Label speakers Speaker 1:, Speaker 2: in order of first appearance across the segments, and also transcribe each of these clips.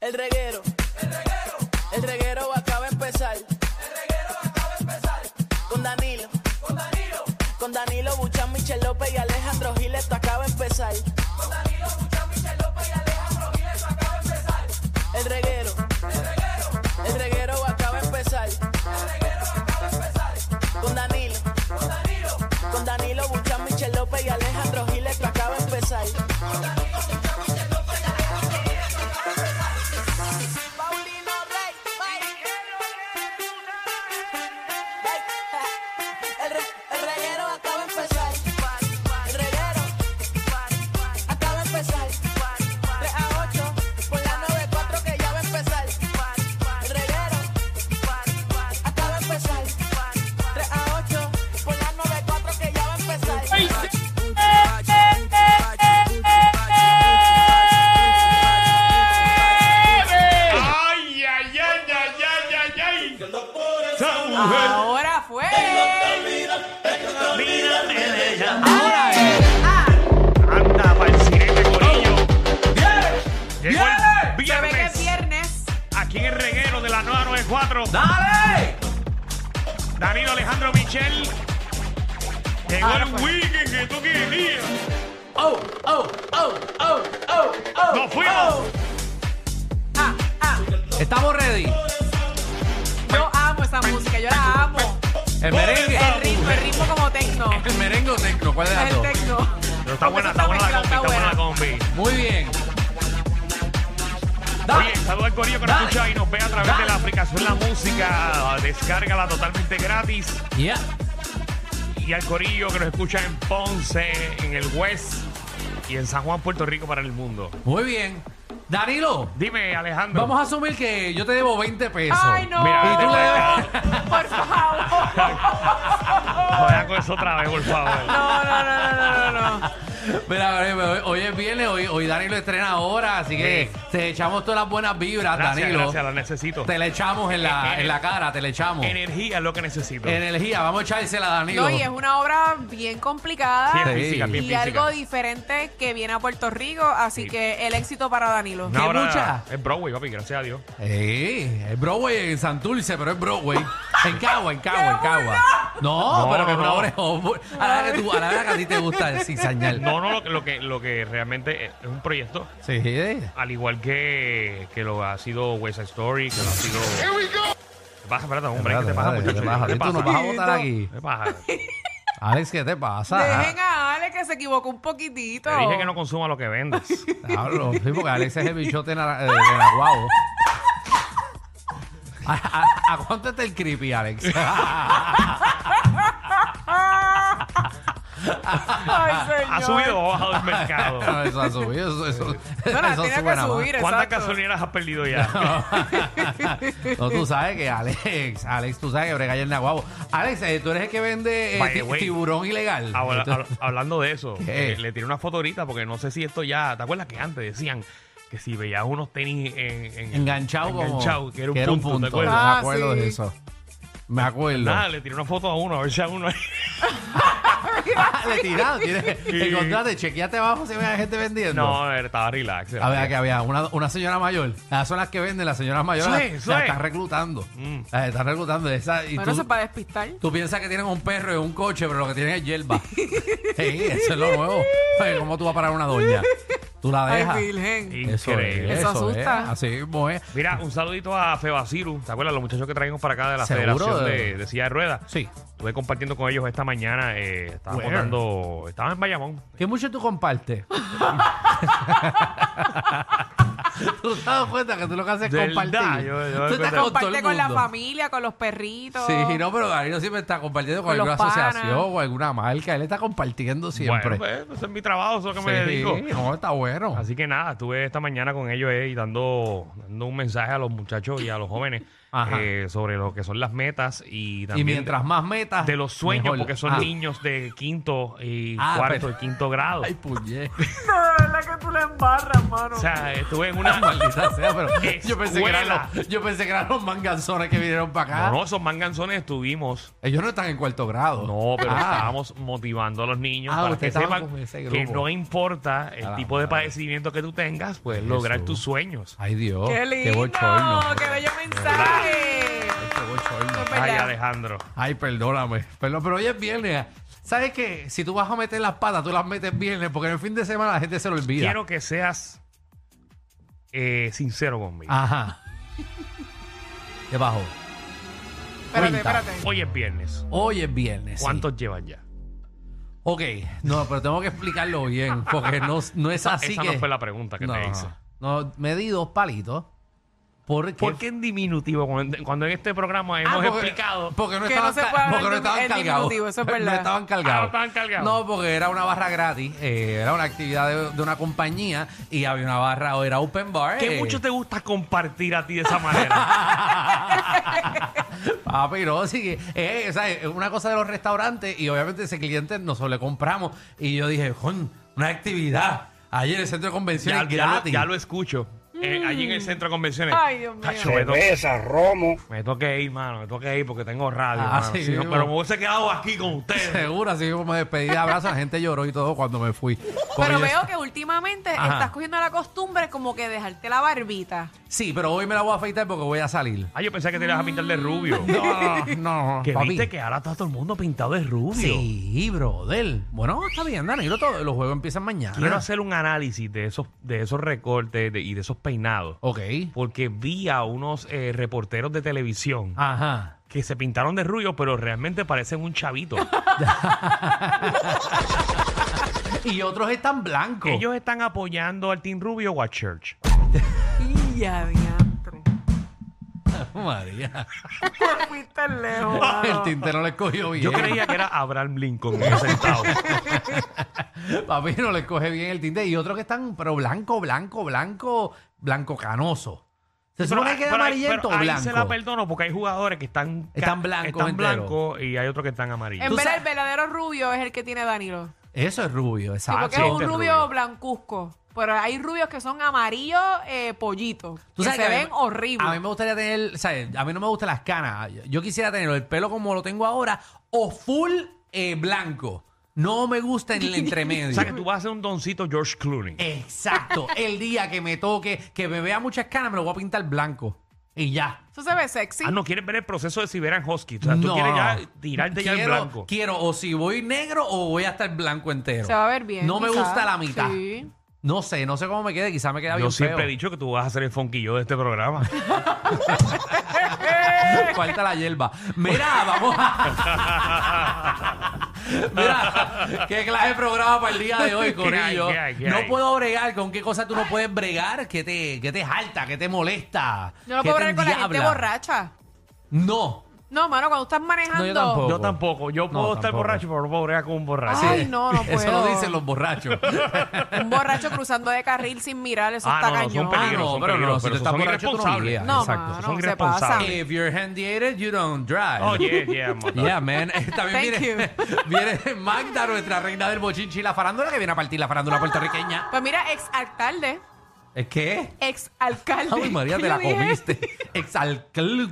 Speaker 1: El reguero. El reguero. El reguero acaba de empezar. El reguero acaba de empezar. Con Danilo. Con Danilo. Con Danilo Buchan, Michel López y Alejandro Giles, esto acaba de empezar. Con Danilo Buchan, Michel López y Alejandro Giles, esto acaba de empezar. El reguero. El reguero. El reguero acaba de empezar. El reguero acaba de empezar. Con Danilo. Con Danilo. Con Danilo Buchan, Michel López y Alejandro Giles, esto acaba de empezar. Paulino Rey, El, re- el reguero acaba de empezar. El reguero acaba de empezar. 3 a 8 por la 94 que ya va a empezar. El reguero acaba de empezar. 3 a 8 por la 94 que ya va a empezar.
Speaker 2: ¡Ay, ay, ay, ay, ay, ay, ay! Esa mujer.
Speaker 3: Ahora fue.
Speaker 2: Ahora es. Anda pa'l sirete, corillo. Llegó el
Speaker 3: Se ve que es
Speaker 2: viernes.
Speaker 3: viernes.
Speaker 2: Aquí en el reguero de la 994.
Speaker 4: ¡Dale!
Speaker 2: Danilo Alejandro Michel. Llegó
Speaker 3: Ahora
Speaker 2: el
Speaker 3: fue.
Speaker 2: weekend que tú querías.
Speaker 4: ¡Oh, oh, oh, oh, oh, oh!
Speaker 2: ¡Nos fuimos!
Speaker 3: Ah, ah.
Speaker 4: Estamos ready.
Speaker 3: Yo amo esa música, yo la amo.
Speaker 4: El merengue.
Speaker 3: El ritmo, el ritmo como tecno.
Speaker 4: El merengue o tecno, ¿cuál de las
Speaker 3: El
Speaker 4: dos?
Speaker 3: tecno.
Speaker 2: Pero está buena, está buena la combi, está buena la combi.
Speaker 4: Muy bien. Dale.
Speaker 2: Oye, saludos al corillo que nos
Speaker 4: Dale.
Speaker 2: escucha y nos ve a través de la
Speaker 4: Dale.
Speaker 2: aplicación La Música. Descárgala totalmente gratis.
Speaker 4: Ya.
Speaker 2: y al corillo que nos escucha en Ponce, en el West y en San Juan, Puerto Rico para el mundo.
Speaker 4: Muy bien. Danilo,
Speaker 2: Dime, Alejandro.
Speaker 4: vamos a asumir que yo te debo 20 pesos.
Speaker 3: Ay, no.
Speaker 2: Mira,
Speaker 4: Y tú le debes-
Speaker 3: Por favor.
Speaker 2: No hagas con eso otra vez, por favor.
Speaker 3: No, no, no, no, no, no.
Speaker 4: Mira, mira, mira, hoy, hoy es viernes, hoy, hoy Danilo estrena ahora, así que te echamos todas las buenas vibras,
Speaker 2: Gracias,
Speaker 4: Danilo.
Speaker 2: gracias, la necesito.
Speaker 4: Te la echamos en la, en la cara, te la echamos.
Speaker 2: Energía es lo que necesito.
Speaker 4: Energía, vamos a echársela, Danilo.
Speaker 3: No, y es una obra bien
Speaker 2: Sí, es
Speaker 3: complicada.
Speaker 4: Sí.
Speaker 2: física, bien
Speaker 3: Y
Speaker 2: física.
Speaker 3: algo diferente que viene a Puerto Rico, así
Speaker 2: Sí.
Speaker 3: que el éxito para Danilo.
Speaker 2: Una
Speaker 4: que
Speaker 2: obra-
Speaker 4: mucha.
Speaker 2: Es Broadway, papi, gracias a Dios.
Speaker 4: Sí, es Broadway en Santurce, pero es Broadway. En Cagua, en Cagua, en
Speaker 3: ¡Qué
Speaker 4: Cagua. No,
Speaker 2: No,
Speaker 4: pero que
Speaker 2: no.
Speaker 4: Broadway es hombre. A la hora que tú, a la hora que a ti te gusta el cizañal.
Speaker 2: No, no, lo que, lo que, lo que realmente es es un proyecto,
Speaker 4: Sí, eh.
Speaker 2: al igual que, que lo ha sido West Side Story, que lo ha sido. ¿Qué pasa, espérate, hombre? ¿Qué te pasa, muchacho?
Speaker 4: Espérate, ¿qué te pasa?
Speaker 2: ¿Qué
Speaker 4: Tú nos
Speaker 2: pasa?
Speaker 4: vas a botar aquí.
Speaker 2: ¿Qué pasa?
Speaker 4: Alex, ¿qué te pasa?
Speaker 3: Dejen a Ale que se equivocó un poquitito.
Speaker 2: Te dije que no consuma lo que vendes.
Speaker 4: Hablo, sí, porque Alex es el bichote de, de, Nahuabo. ¿A, a, a cuánto está el creepy, Alex?
Speaker 3: Ay, señor.
Speaker 2: ¿Ha subido o ha bajado el
Speaker 4: No,
Speaker 2: mercado?
Speaker 4: eso ha subido, eso, eso,
Speaker 3: No, la
Speaker 4: eso
Speaker 3: tiene que
Speaker 4: suena más.
Speaker 3: subir,
Speaker 2: ¿Cuántas
Speaker 3: exacto.
Speaker 2: gasolineras has perdido ya?
Speaker 4: No, tú sabes que Alex, Alex, tú sabes que brega allá en Nahuabo. Alex, eh, tú eres el que vende eh,
Speaker 2: By the
Speaker 4: ti-
Speaker 2: way.
Speaker 4: tiburón ilegal.
Speaker 2: Ah, Habla-
Speaker 4: Entonces-
Speaker 2: habla- hablando de eso,
Speaker 4: ¿Qué?
Speaker 2: eh, le tiré una foto ahorita porque no sé si esto ya. ¿Te acuerdas que antes decían que si veías unos tenis en, en-
Speaker 4: enganchado, como-
Speaker 2: enganchado, que era un punto, ¿te acuerdas?
Speaker 4: Me
Speaker 3: Ah,
Speaker 4: acuerdo
Speaker 3: sí.
Speaker 4: de eso. Me acuerdo.
Speaker 2: Nada, le tiré una foto a uno, a ver si a uno.
Speaker 4: Ah, Le tiraron, tiene-
Speaker 2: Sí.
Speaker 4: encontraste, chequeate abajo si había gente vendiendo.
Speaker 2: no, a ver, estaba relax.
Speaker 4: A ver, que había una, una señora mayor. Las son las que venden, las señoras mayores.
Speaker 2: Sí,
Speaker 4: las,
Speaker 2: sí.
Speaker 4: las están reclutando.
Speaker 2: Mm.
Speaker 4: Las están reclutando. Esa, y
Speaker 3: Bueno,
Speaker 4: tú,
Speaker 3: eso es para despistar.
Speaker 4: tú piensas que tienen un perro y un coche, pero lo que tienen es hierba. Ey, eso es lo nuevo. Ay, ¿Cómo tú vas a parar una doña? Tú la
Speaker 3: Ay,
Speaker 4: dejas.
Speaker 3: virgen.
Speaker 2: Increíble.
Speaker 3: Eso asusta.
Speaker 4: es. Así mismo es.
Speaker 2: Mira, un saludito a Febaciru. ¿Te acuerdas? Los muchachos que traímos para acá de la
Speaker 4: Seguro.
Speaker 2: Federación de, de Silla de Ruedas.
Speaker 4: Sí.
Speaker 2: Estuve compartiendo con ellos esta mañana. Eh, estábamos
Speaker 4: Where?
Speaker 2: dando. Estábamos en Bayamón.
Speaker 4: ¿Qué mucho tú compartes? tú te has dado cuenta que tú lo que haces es
Speaker 2: Verdad,
Speaker 4: compartir.
Speaker 2: yo- yo-
Speaker 4: tú estás
Speaker 2: pero-
Speaker 4: con todo
Speaker 3: Comparte
Speaker 4: el
Speaker 3: con la
Speaker 4: mundo.
Speaker 3: familia, con los perritos.
Speaker 4: Sí, no, pero Danilo siempre está compartiendo con,
Speaker 3: Con los
Speaker 4: alguna
Speaker 3: panas.
Speaker 4: asociación o alguna marca. Él está compartiendo siempre.
Speaker 2: Bueno, pues, pues, es mi trabajo, eso es lo que me
Speaker 4: Sí,
Speaker 2: dedico.
Speaker 4: no, está bueno.
Speaker 2: Así que nada, estuve esta mañana con ellos eh, y dando, dando un mensaje a los muchachos y a los jóvenes
Speaker 4: Ajá.
Speaker 2: eh, sobre lo que son las metas y
Speaker 4: y
Speaker 2: también
Speaker 4: mientras más metas.
Speaker 2: de los sueños,
Speaker 4: mejor.
Speaker 2: porque son
Speaker 4: Ah.
Speaker 2: niños de quinto y
Speaker 4: Ah,
Speaker 2: cuarto
Speaker 4: pero-
Speaker 2: y quinto grado.
Speaker 4: Ay, puñet.
Speaker 3: No, no,
Speaker 5: verdad que tú la embarras, mano.
Speaker 2: O sea, estuve en una.
Speaker 4: Maldita sea, pero yo pensé, que eran
Speaker 2: Escuela.
Speaker 4: los, yo pensé que eran los manganzones que vinieron para acá.
Speaker 2: No, no, esos manganzones estuvimos.
Speaker 4: Ellos no están en cuarto grado.
Speaker 2: No, pero
Speaker 4: Ah.
Speaker 2: estábamos motivando a los niños
Speaker 4: Ah,
Speaker 2: para que
Speaker 4: ustedes estaban
Speaker 2: sepan
Speaker 4: con ese grupo.
Speaker 2: que no importa el
Speaker 4: la
Speaker 2: tipo de
Speaker 4: madre.
Speaker 2: padecimiento que tú tengas, puedes
Speaker 4: Jesús.
Speaker 2: lograr tus sueños.
Speaker 4: Ay, Dios.
Speaker 3: ¡Qué
Speaker 4: Oh, Qué
Speaker 3: lindo!
Speaker 4: bochorno.
Speaker 3: ¡Qué bello mensaje!
Speaker 4: Qué bochorno.
Speaker 3: Es
Speaker 2: Ay,
Speaker 3: verdad.
Speaker 2: Alejandro.
Speaker 4: Ay, perdóname. Perdón, pero hoy es viernes. ¿Sabes qué? Si tú vas a meter las patas, tú las metes viernes, porque en el fin de semana la gente se lo olvida.
Speaker 2: Quiero que seas eh, sincero conmigo.
Speaker 4: Ajá. ¿Qué bajó?
Speaker 3: Espérate,
Speaker 4: Cuenta.
Speaker 3: espérate.
Speaker 2: Hoy es viernes.
Speaker 4: Hoy es viernes. sí.
Speaker 2: ¿Cuántos llevas ya?
Speaker 4: Ok, no, pero tengo que explicarlo bien, porque no, no es así
Speaker 2: Esa
Speaker 4: que...
Speaker 2: no fue la pregunta que
Speaker 4: no,
Speaker 2: te
Speaker 4: no,
Speaker 2: hice.
Speaker 4: no. No, me di dos palitos. Porque,
Speaker 2: ¿Por qué en diminutivo? Cuando, cuando en este programa hemos explicado.
Speaker 4: Ah, Porque no
Speaker 3: que
Speaker 4: estaban,
Speaker 3: no se
Speaker 4: ca-
Speaker 3: puede hablar
Speaker 4: porque no
Speaker 3: de-
Speaker 4: estaban
Speaker 3: en
Speaker 4: cargados.
Speaker 3: diminutivo, eso es
Speaker 4: No
Speaker 3: verdad.
Speaker 4: estaban cargados.
Speaker 2: Ah, no estaban cargados.
Speaker 4: No, porque era una barra gratis, eh, era una actividad de, de una compañía y había una barra, o era open bar.
Speaker 2: ¿Qué
Speaker 4: eh,
Speaker 2: mucho te gusta compartir a ti de esa manera?
Speaker 4: Papi, no, sí que eh, o sea, es una cosa de los restaurantes y obviamente ese cliente nosotros le compramos. Y yo dije, con una actividad. Ahí en el centro
Speaker 2: ya,
Speaker 4: de
Speaker 2: ya
Speaker 4: convenciones
Speaker 2: lo,
Speaker 4: gratis. Mm.
Speaker 2: ya lo escucho. Eh, allí en el centro de convenciones.
Speaker 3: Ay, Dios mío.
Speaker 2: Tacho, me, to-
Speaker 6: cerveza, romo.
Speaker 2: me toqué ir, mano. Me toqué ir porque tengo radio.
Speaker 4: Ah,
Speaker 2: mano.
Speaker 4: sí,
Speaker 2: Si no,
Speaker 4: mismo.
Speaker 2: pero me hubiese quedado aquí con ustedes.
Speaker 4: Seguro, así como me despedí de abrazo, la gente lloró y todo cuando me fui. Porque
Speaker 3: Pero
Speaker 4: yo-
Speaker 3: veo que últimamente
Speaker 4: Ajá.
Speaker 3: estás cogiendo la costumbre como que dejarte la barbita.
Speaker 4: Sí, pero hoy me la voy a afeitar porque voy a salir.
Speaker 2: Ah, yo pensé que te ibas a pintar de rubio.
Speaker 4: No, no, no.
Speaker 2: que
Speaker 4: papi.
Speaker 2: viste que ahora está todo el mundo pintado de rubio.
Speaker 4: Sí, brother. Bueno, está bien, Danilo. Todo, los juegos empiezan mañana.
Speaker 2: Quiero hacer un análisis de esos, de esos recortes de- y de esos peinados.
Speaker 4: Ok.
Speaker 2: Porque vi a unos eh, reporteros de televisión
Speaker 4: Ah. Ajá.
Speaker 2: que se pintaron de rubio, pero realmente parecen un chavito.
Speaker 4: Y otros están blancos.
Speaker 2: Ellos están apoyando al Team Rubio o a Church.
Speaker 3: Y ya, diantro.
Speaker 4: María.
Speaker 3: Te fuiste lejos, mano.
Speaker 4: El tinte no les cogió bien.
Speaker 2: Yo creía que era Abraham Lincoln en ese estado.
Speaker 4: Papi no les coge bien el tinte. Y otros que están, pero blanco, blanco, blanco, blanco canoso. Se supone que queda
Speaker 2: pero ahí-
Speaker 4: amarillento
Speaker 2: pero
Speaker 4: o
Speaker 2: ahí
Speaker 4: blanco.
Speaker 2: se la perdono porque hay jugadores que están, ca-
Speaker 4: Están blancos
Speaker 2: están
Speaker 4: enteros. Em,
Speaker 2: blancos y hay otros que están amarillos.
Speaker 4: Tú
Speaker 3: En verdad,
Speaker 4: sabes-
Speaker 3: el verdadero rubio es el que tiene Danilo.
Speaker 4: Eso es rubio,
Speaker 3: Sí,
Speaker 4: exacto.
Speaker 3: porque
Speaker 2: sí,
Speaker 3: es un
Speaker 2: este es
Speaker 3: rubio,
Speaker 2: rubio.
Speaker 3: blancuzco. Pero hay rubios que son amarillos eh, pollitos.
Speaker 4: Tú
Speaker 3: Que
Speaker 4: sabes
Speaker 3: se
Speaker 4: que a mí-
Speaker 3: ven horribles.
Speaker 4: A mí me gustaría tener, o sea, a mí no me gustan las canas. Yo- Yo quisiera tener el pelo como lo tengo ahora o full eh, blanco. No me gusta en el entremedio.
Speaker 2: O sea que tú vas a ser un doncito George Clooney.
Speaker 4: Eh, Exacto. El día que me toque, que me vea muchas canas, me lo voy a pintar blanco. Y ya.
Speaker 3: Eso se ve sexy.
Speaker 2: Ah, no, quieres ver el proceso de Siberan Hosky. O sea, tú
Speaker 4: No,
Speaker 2: quieres ya
Speaker 4: no.
Speaker 2: tirarte ya el
Speaker 4: Quiero-
Speaker 2: blanco.
Speaker 4: Quiero, o si voy negro o voy a estar blanco entero.
Speaker 3: Se va a ver bien.
Speaker 4: No me
Speaker 3: quizá.
Speaker 4: gusta la mitad.
Speaker 3: Sí.
Speaker 4: No sé, no sé cómo me quede, quizá me queda
Speaker 2: Yo
Speaker 4: bien
Speaker 2: siempre
Speaker 4: feo.
Speaker 2: he dicho que tú vas a ser el fonquillo de este programa.
Speaker 4: Falta la hierba. Mira, vamos a. Mira, qué clase de programa para el día de hoy,
Speaker 2: ¿Qué hay,
Speaker 4: Corillo.
Speaker 2: qué hay, qué
Speaker 4: No
Speaker 2: hay?
Speaker 4: puedo bregar con qué cosa tú no puedes bregar, que te, que te jalta, que te molesta.
Speaker 3: Yo no
Speaker 4: que
Speaker 3: puedo
Speaker 4: te
Speaker 3: hablar con la gente
Speaker 4: endiabla.
Speaker 3: borracha.
Speaker 4: No.
Speaker 3: No, mano, cuando estás manejando.
Speaker 4: No, yo tampoco.
Speaker 2: Yo tampoco. Yo puedo estar
Speaker 4: tampoco.
Speaker 2: borracho, pero no puedo bregar con un borracho.
Speaker 4: Ah,
Speaker 3: Ay, no, no
Speaker 4: Eso lo
Speaker 3: puedo.
Speaker 4: dicen los borrachos.
Speaker 3: Un borracho cruzando de carril sin mirar, eso
Speaker 2: Ah,
Speaker 3: está
Speaker 2: no, no, son
Speaker 3: cañón.
Speaker 4: Ah,
Speaker 2: peligros,
Speaker 4: no,
Speaker 2: son
Speaker 4: pero no,
Speaker 2: peligros,
Speaker 4: si tú
Speaker 2: pero
Speaker 4: estás
Speaker 2: son
Speaker 4: borracho, tú no
Speaker 2: irresponsables.
Speaker 4: guías.
Speaker 3: No,
Speaker 4: Exacto,
Speaker 3: mano,
Speaker 2: son
Speaker 3: se
Speaker 2: irresponsables.
Speaker 3: pasan.
Speaker 4: If you're handiated, you don't drive.
Speaker 2: Oh, yeah, yeah, mata.
Speaker 4: Yeah, man. También
Speaker 3: Thank
Speaker 4: viene, viene Magda, nuestra reina del bochinchi y la farándula, que viene a partir la farándula puertorriqueña.
Speaker 3: Pues mira, ex alcalde,
Speaker 4: ¿Es qué?
Speaker 3: ex alcalde.
Speaker 4: Ay, María, te la comiste. Exalcal-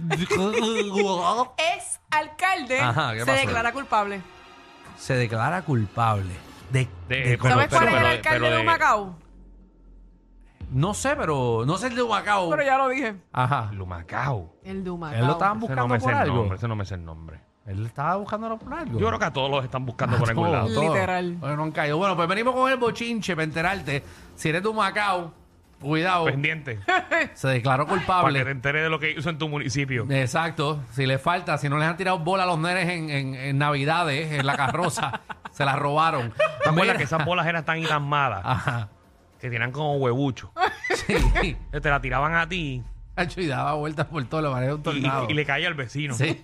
Speaker 3: Ex alcalde
Speaker 4: Ajá, ¿qué
Speaker 3: se
Speaker 4: pasó?
Speaker 3: declara culpable.
Speaker 4: Se declara culpable. De,
Speaker 2: De-
Speaker 4: de-
Speaker 2: Pero-
Speaker 3: ¿Sabes cuál
Speaker 2: pero-
Speaker 3: es el
Speaker 2: pero-
Speaker 3: alcalde
Speaker 2: pero
Speaker 3: de
Speaker 2: de-
Speaker 3: Humacao?
Speaker 4: Uh. no sé, pero. No sé el de Humacao.
Speaker 3: Pero ya lo dije.
Speaker 4: Ajá.
Speaker 2: Lumacao.
Speaker 3: El de Humacao.
Speaker 4: Él lo estaban
Speaker 2: Ese no
Speaker 4: buscando
Speaker 2: me sé
Speaker 4: por
Speaker 2: el
Speaker 4: algo.
Speaker 2: nombre. Ese no me sé el nombre.
Speaker 4: Él estaba buscándolo por algo.
Speaker 2: Yo creo que a todos los están buscando por algún
Speaker 4: Todo,
Speaker 2: lado.
Speaker 4: todo.
Speaker 3: Literal.
Speaker 4: Oye, no han caído. Bueno, pues venimos con el bochinche para enterarte. Si eres de Humacao, cuidado.
Speaker 2: Pendiente.
Speaker 4: Se declaró
Speaker 2: Para Pues que te
Speaker 4: culpable.
Speaker 2: enteres de lo que hizo en tu municipio.
Speaker 4: Exacto. Si le falta, si no les han tirado bola a los nenes en, en- en Navidades, en la carroza, se las robaron.
Speaker 2: ¿Te acuerdas
Speaker 4: Mira.
Speaker 2: que esas bolas eran tan y tan malas
Speaker 4: Ajá.
Speaker 2: que tenían como huevucho?
Speaker 4: Sí.
Speaker 2: Te la tiraban a ti
Speaker 4: Hacho, y daba vueltas por todo, lo parecía un
Speaker 2: y,
Speaker 4: tornado.
Speaker 2: y le caía al vecino.
Speaker 4: Sí.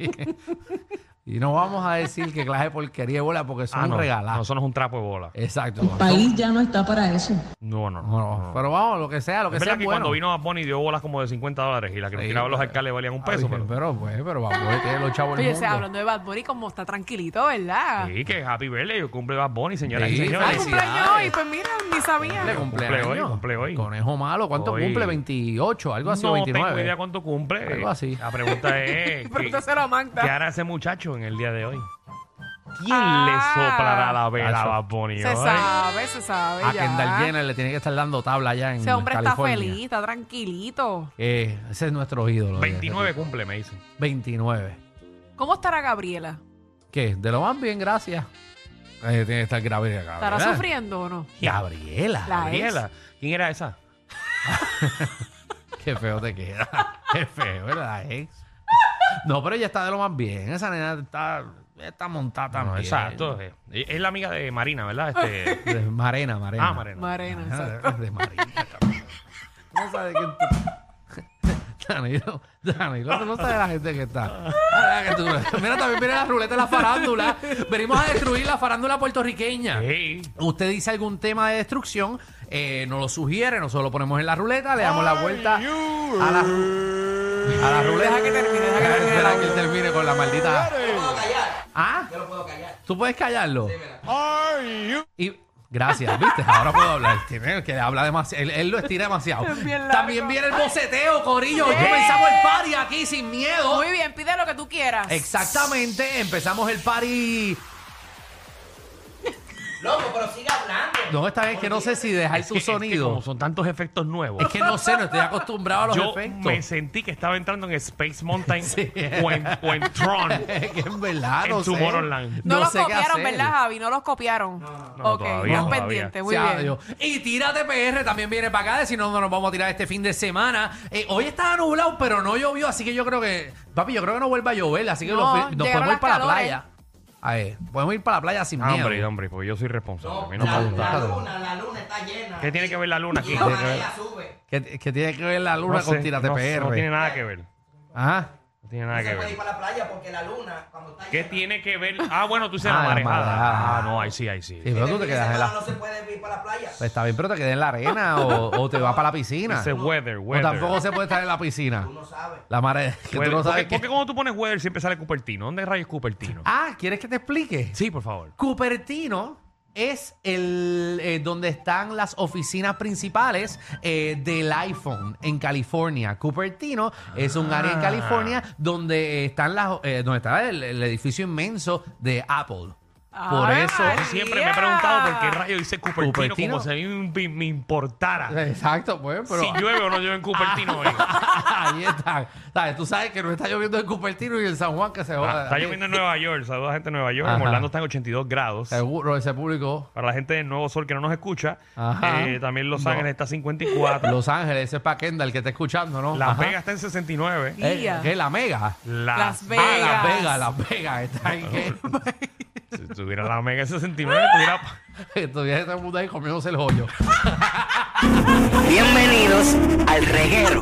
Speaker 4: Y no vamos a decir que clase de porquería de bola porque son
Speaker 2: Ah, no,
Speaker 4: regalados.
Speaker 2: No, eso no es un trapo de bola.
Speaker 4: Exacto.
Speaker 5: El país ya no está para eso.
Speaker 2: No, no, no.
Speaker 4: No, no, Pero vamos, lo que sea, lo que
Speaker 2: es verdad
Speaker 4: sea es
Speaker 2: que
Speaker 4: bueno.
Speaker 2: cuando vino a Bonnie dio bolas como de 50 dólares y la que
Speaker 4: Sí,
Speaker 2: nos tiraban los
Speaker 4: pero-
Speaker 2: alcaldes valían un peso.
Speaker 4: Ah,
Speaker 2: pero-
Speaker 4: pero, pues, pero vamos, es que los chavos del
Speaker 3: Oye, o sea,
Speaker 4: mundo.
Speaker 3: hablando de Bad Bunny, como está tranquilito, ¿verdad?
Speaker 2: Sí, que Happy Birthday, cumple Bad Bunny, señoras y
Speaker 4: ah. Sí,
Speaker 3: Ah,
Speaker 2: señores.
Speaker 4: felicidades.
Speaker 3: cumpleaños hoy, pues mira, ni
Speaker 4: Cumple,
Speaker 3: sabía.
Speaker 4: cumple,
Speaker 2: Cumple hoy,
Speaker 4: años.
Speaker 2: cumple hoy.
Speaker 4: Conejo malo, ¿cuánto
Speaker 2: Hoy.
Speaker 4: cumple? 28, algo así,
Speaker 2: no
Speaker 4: 29.
Speaker 2: tengo idea cuánto cumple.
Speaker 4: Algo así.
Speaker 2: La pregunta es: ¿qué,
Speaker 3: Pregúntaselo a Magda.
Speaker 2: qué hará ese muchacho en el día de hoy? ¿Quién
Speaker 3: Ah.
Speaker 2: le soplará la vela a
Speaker 4: Cacho.
Speaker 2: Bad Bunny
Speaker 3: Se
Speaker 2: hoy?
Speaker 3: sabe, se sabe.
Speaker 4: A
Speaker 3: ya.
Speaker 4: Kendall Jenner le tiene que estar dando tabla allá en
Speaker 3: Ese hombre
Speaker 4: California.
Speaker 3: está feliz, está tranquilito.
Speaker 4: Eh, ese es nuestro ídolo. oye,
Speaker 2: 29 cumple, me dicen.
Speaker 4: ese tipo. 29.
Speaker 3: ¿Cómo estará Gabriela?
Speaker 4: ¿Qué? De lo más bien, gracias. Eh, tiene que estar Gabriela. Gabriela.
Speaker 3: ¿Estará sufriendo o no?
Speaker 4: Gabriela.
Speaker 3: La- ex.
Speaker 2: Gabriela, ¿quién era esa?
Speaker 4: Qué feo te queda. Qué feo, ¿verdad, ex? No, pero ella está de lo más bien. Esa nena está, está montada
Speaker 2: No,
Speaker 4: también.
Speaker 2: Ah, exacto. eh, Es la amiga de Marina, ¿verdad? Este,
Speaker 4: De Marena, Marena.
Speaker 2: ah, Marina.
Speaker 3: Marena, exacto.
Speaker 4: Ah, De Marina. No sabes quién tú- Danilo, Danilo, tú no sabes la gente que está. Ah, que tú- Mira, también viene la ruleta de la farándula. Venimos a destruir la farándula puertorriqueña.
Speaker 2: Sí.
Speaker 4: Usted dice algún tema de destrucción, eh, nos lo sugiere, nosotros lo ponemos en la ruleta, le damos la vuelta a la, ru- a la ruleta.
Speaker 3: Deja que termine, deja que
Speaker 4: Espera
Speaker 3: termine la
Speaker 4: que él termine con la maldita. ¿Ah? Yo lo puedo callar. ¿Tú puedes callarlo? Y gracias, ¿viste? Ahora puedo hablar. Tiene que habla demasiado. Él, él lo estira demasiado.
Speaker 3: Es bien largo.
Speaker 4: También viene el boceteo, Corillo. Hoy Comenzamos el party aquí sin miedo.
Speaker 3: Muy bien, pide lo que tú quieras.
Speaker 4: Exactamente. Empezamos el party.
Speaker 6: Loco, pero sigue hablando.
Speaker 4: No, esta vez que no sé si dejar
Speaker 2: Es
Speaker 4: tu
Speaker 2: que- es que
Speaker 4: sonido.
Speaker 2: como son tantos efectos nuevos.
Speaker 4: Es que no sé, no estoy acostumbrado a los
Speaker 2: yo
Speaker 4: efectos.
Speaker 2: me sentí que estaba entrando en Space Mountain
Speaker 4: Sí.
Speaker 2: o, en, o en Tron.
Speaker 4: Es que en verdad
Speaker 2: En
Speaker 4: no sé.
Speaker 2: Tomorrowland.
Speaker 3: no, los
Speaker 4: sé qué
Speaker 3: copiaron,
Speaker 4: hacer.
Speaker 3: ¿verdad, Javi? No los copiaron.
Speaker 2: no,
Speaker 3: ok,
Speaker 2: todavía,
Speaker 3: están
Speaker 2: todavía.
Speaker 3: pendientes, muy
Speaker 4: Sea
Speaker 3: bien.
Speaker 4: Dios. Y tírate PR también viene para acá, de si no, no nos vamos a tirar este fin de semana. Eh, hoy estaba nublado, pero no llovió, así que yo creo que. Papi, yo creo que no vuelva a llover, así que
Speaker 3: No,
Speaker 4: los fi- nos
Speaker 3: llegaron
Speaker 4: podemos ir
Speaker 3: las
Speaker 4: para la
Speaker 3: calores.
Speaker 4: playa. A ver, podemos ir para la playa sin miedo.
Speaker 2: Ah, Hombre, hombre, porque yo soy responsable. A mí no me
Speaker 6: la,
Speaker 2: gusta.
Speaker 6: la
Speaker 4: gustado.
Speaker 6: luna, la luna está llena.
Speaker 2: ¿Qué tiene que ver la luna aquí?
Speaker 6: Y la marea sube.
Speaker 4: Que, que tiene que ver la luna
Speaker 2: No sé,
Speaker 4: con tírate
Speaker 2: no sé,
Speaker 4: PR.
Speaker 2: no tiene nada que ver.
Speaker 4: Ajá.
Speaker 2: No tiene
Speaker 6: No
Speaker 2: nada que
Speaker 6: se puede ir
Speaker 2: ver.
Speaker 6: para la playa porque la luna, cuando está
Speaker 2: Ah, ¿Qué
Speaker 6: llena.
Speaker 2: tiene que ver? Ah, bueno, tú dices
Speaker 4: Ah,
Speaker 2: la
Speaker 4: la marejada.
Speaker 2: marejada. Ah, no, ahí sí, ahí sí.
Speaker 4: Sí, pero tú te
Speaker 6: Este fin de
Speaker 4: quedas en
Speaker 6: semana
Speaker 4: la.
Speaker 6: No se puede ir para la playa.
Speaker 4: Pues Está bien, pero te quedas en la arena o, o te vas para la piscina.
Speaker 2: Dice weather,
Speaker 4: O
Speaker 2: weather.
Speaker 4: tampoco se puede estar en la piscina.
Speaker 6: Tú no sabes.
Speaker 4: La marea. Que tú
Speaker 2: Weather.
Speaker 4: no
Speaker 2: ¿Por
Speaker 4: sabes
Speaker 2: qué-
Speaker 4: qué-
Speaker 2: ¿Por qué cuando tú pones weather siempre sale Cupertino? ¿Dónde rayos es Cupertino?
Speaker 4: Ah, ¿quieres que te explique?
Speaker 2: Sí, por favor.
Speaker 4: Cupertino es el eh, donde están las oficinas principales eh, del iPhone en California. Cupertino es un área
Speaker 2: Ah.
Speaker 4: en California donde están las eh, donde está el, el edificio inmenso de Apple. Por
Speaker 3: Ay,
Speaker 4: eso.
Speaker 2: Yo siempre me he preguntado por qué rayos dice Cupertino,
Speaker 4: Cupertino.
Speaker 2: como si a mí me, me importara.
Speaker 4: Exacto, pues, pero Ah.
Speaker 2: si llueve o no llueve en Cupertino. oiga.
Speaker 4: ahí está. ¿Sabes? Tú sabes que no está lloviendo en Cupertino y en San Juan que se
Speaker 2: Ah,
Speaker 4: joda.
Speaker 2: está lloviendo en Nueva York. Saludos a la gente de Nueva York.
Speaker 4: Ajá.
Speaker 2: En Orlando está en 82 grados.
Speaker 4: Seguro ese público.
Speaker 2: Para la gente de Nuevo Sol que no nos escucha,
Speaker 4: Ajá.
Speaker 2: eh, también Los
Speaker 4: No.
Speaker 2: Ángeles está 54.
Speaker 4: Los Ángeles, ese es para Kendall que está escuchando, ¿no?
Speaker 2: Las
Speaker 4: Ajá.
Speaker 2: Vegas está en 69.
Speaker 4: Eh, ¿Qué? La Mega.
Speaker 2: Las,
Speaker 3: Las
Speaker 2: Vegas.
Speaker 3: Vegas.
Speaker 4: Ah, Las Vegas, Las Vegas. Está en qué?
Speaker 2: Si tuviera la Mega en 69, tuviera...
Speaker 4: Todavía todo el mundo ahí comiéndose el hoyo.
Speaker 7: Bienvenidos al reguero.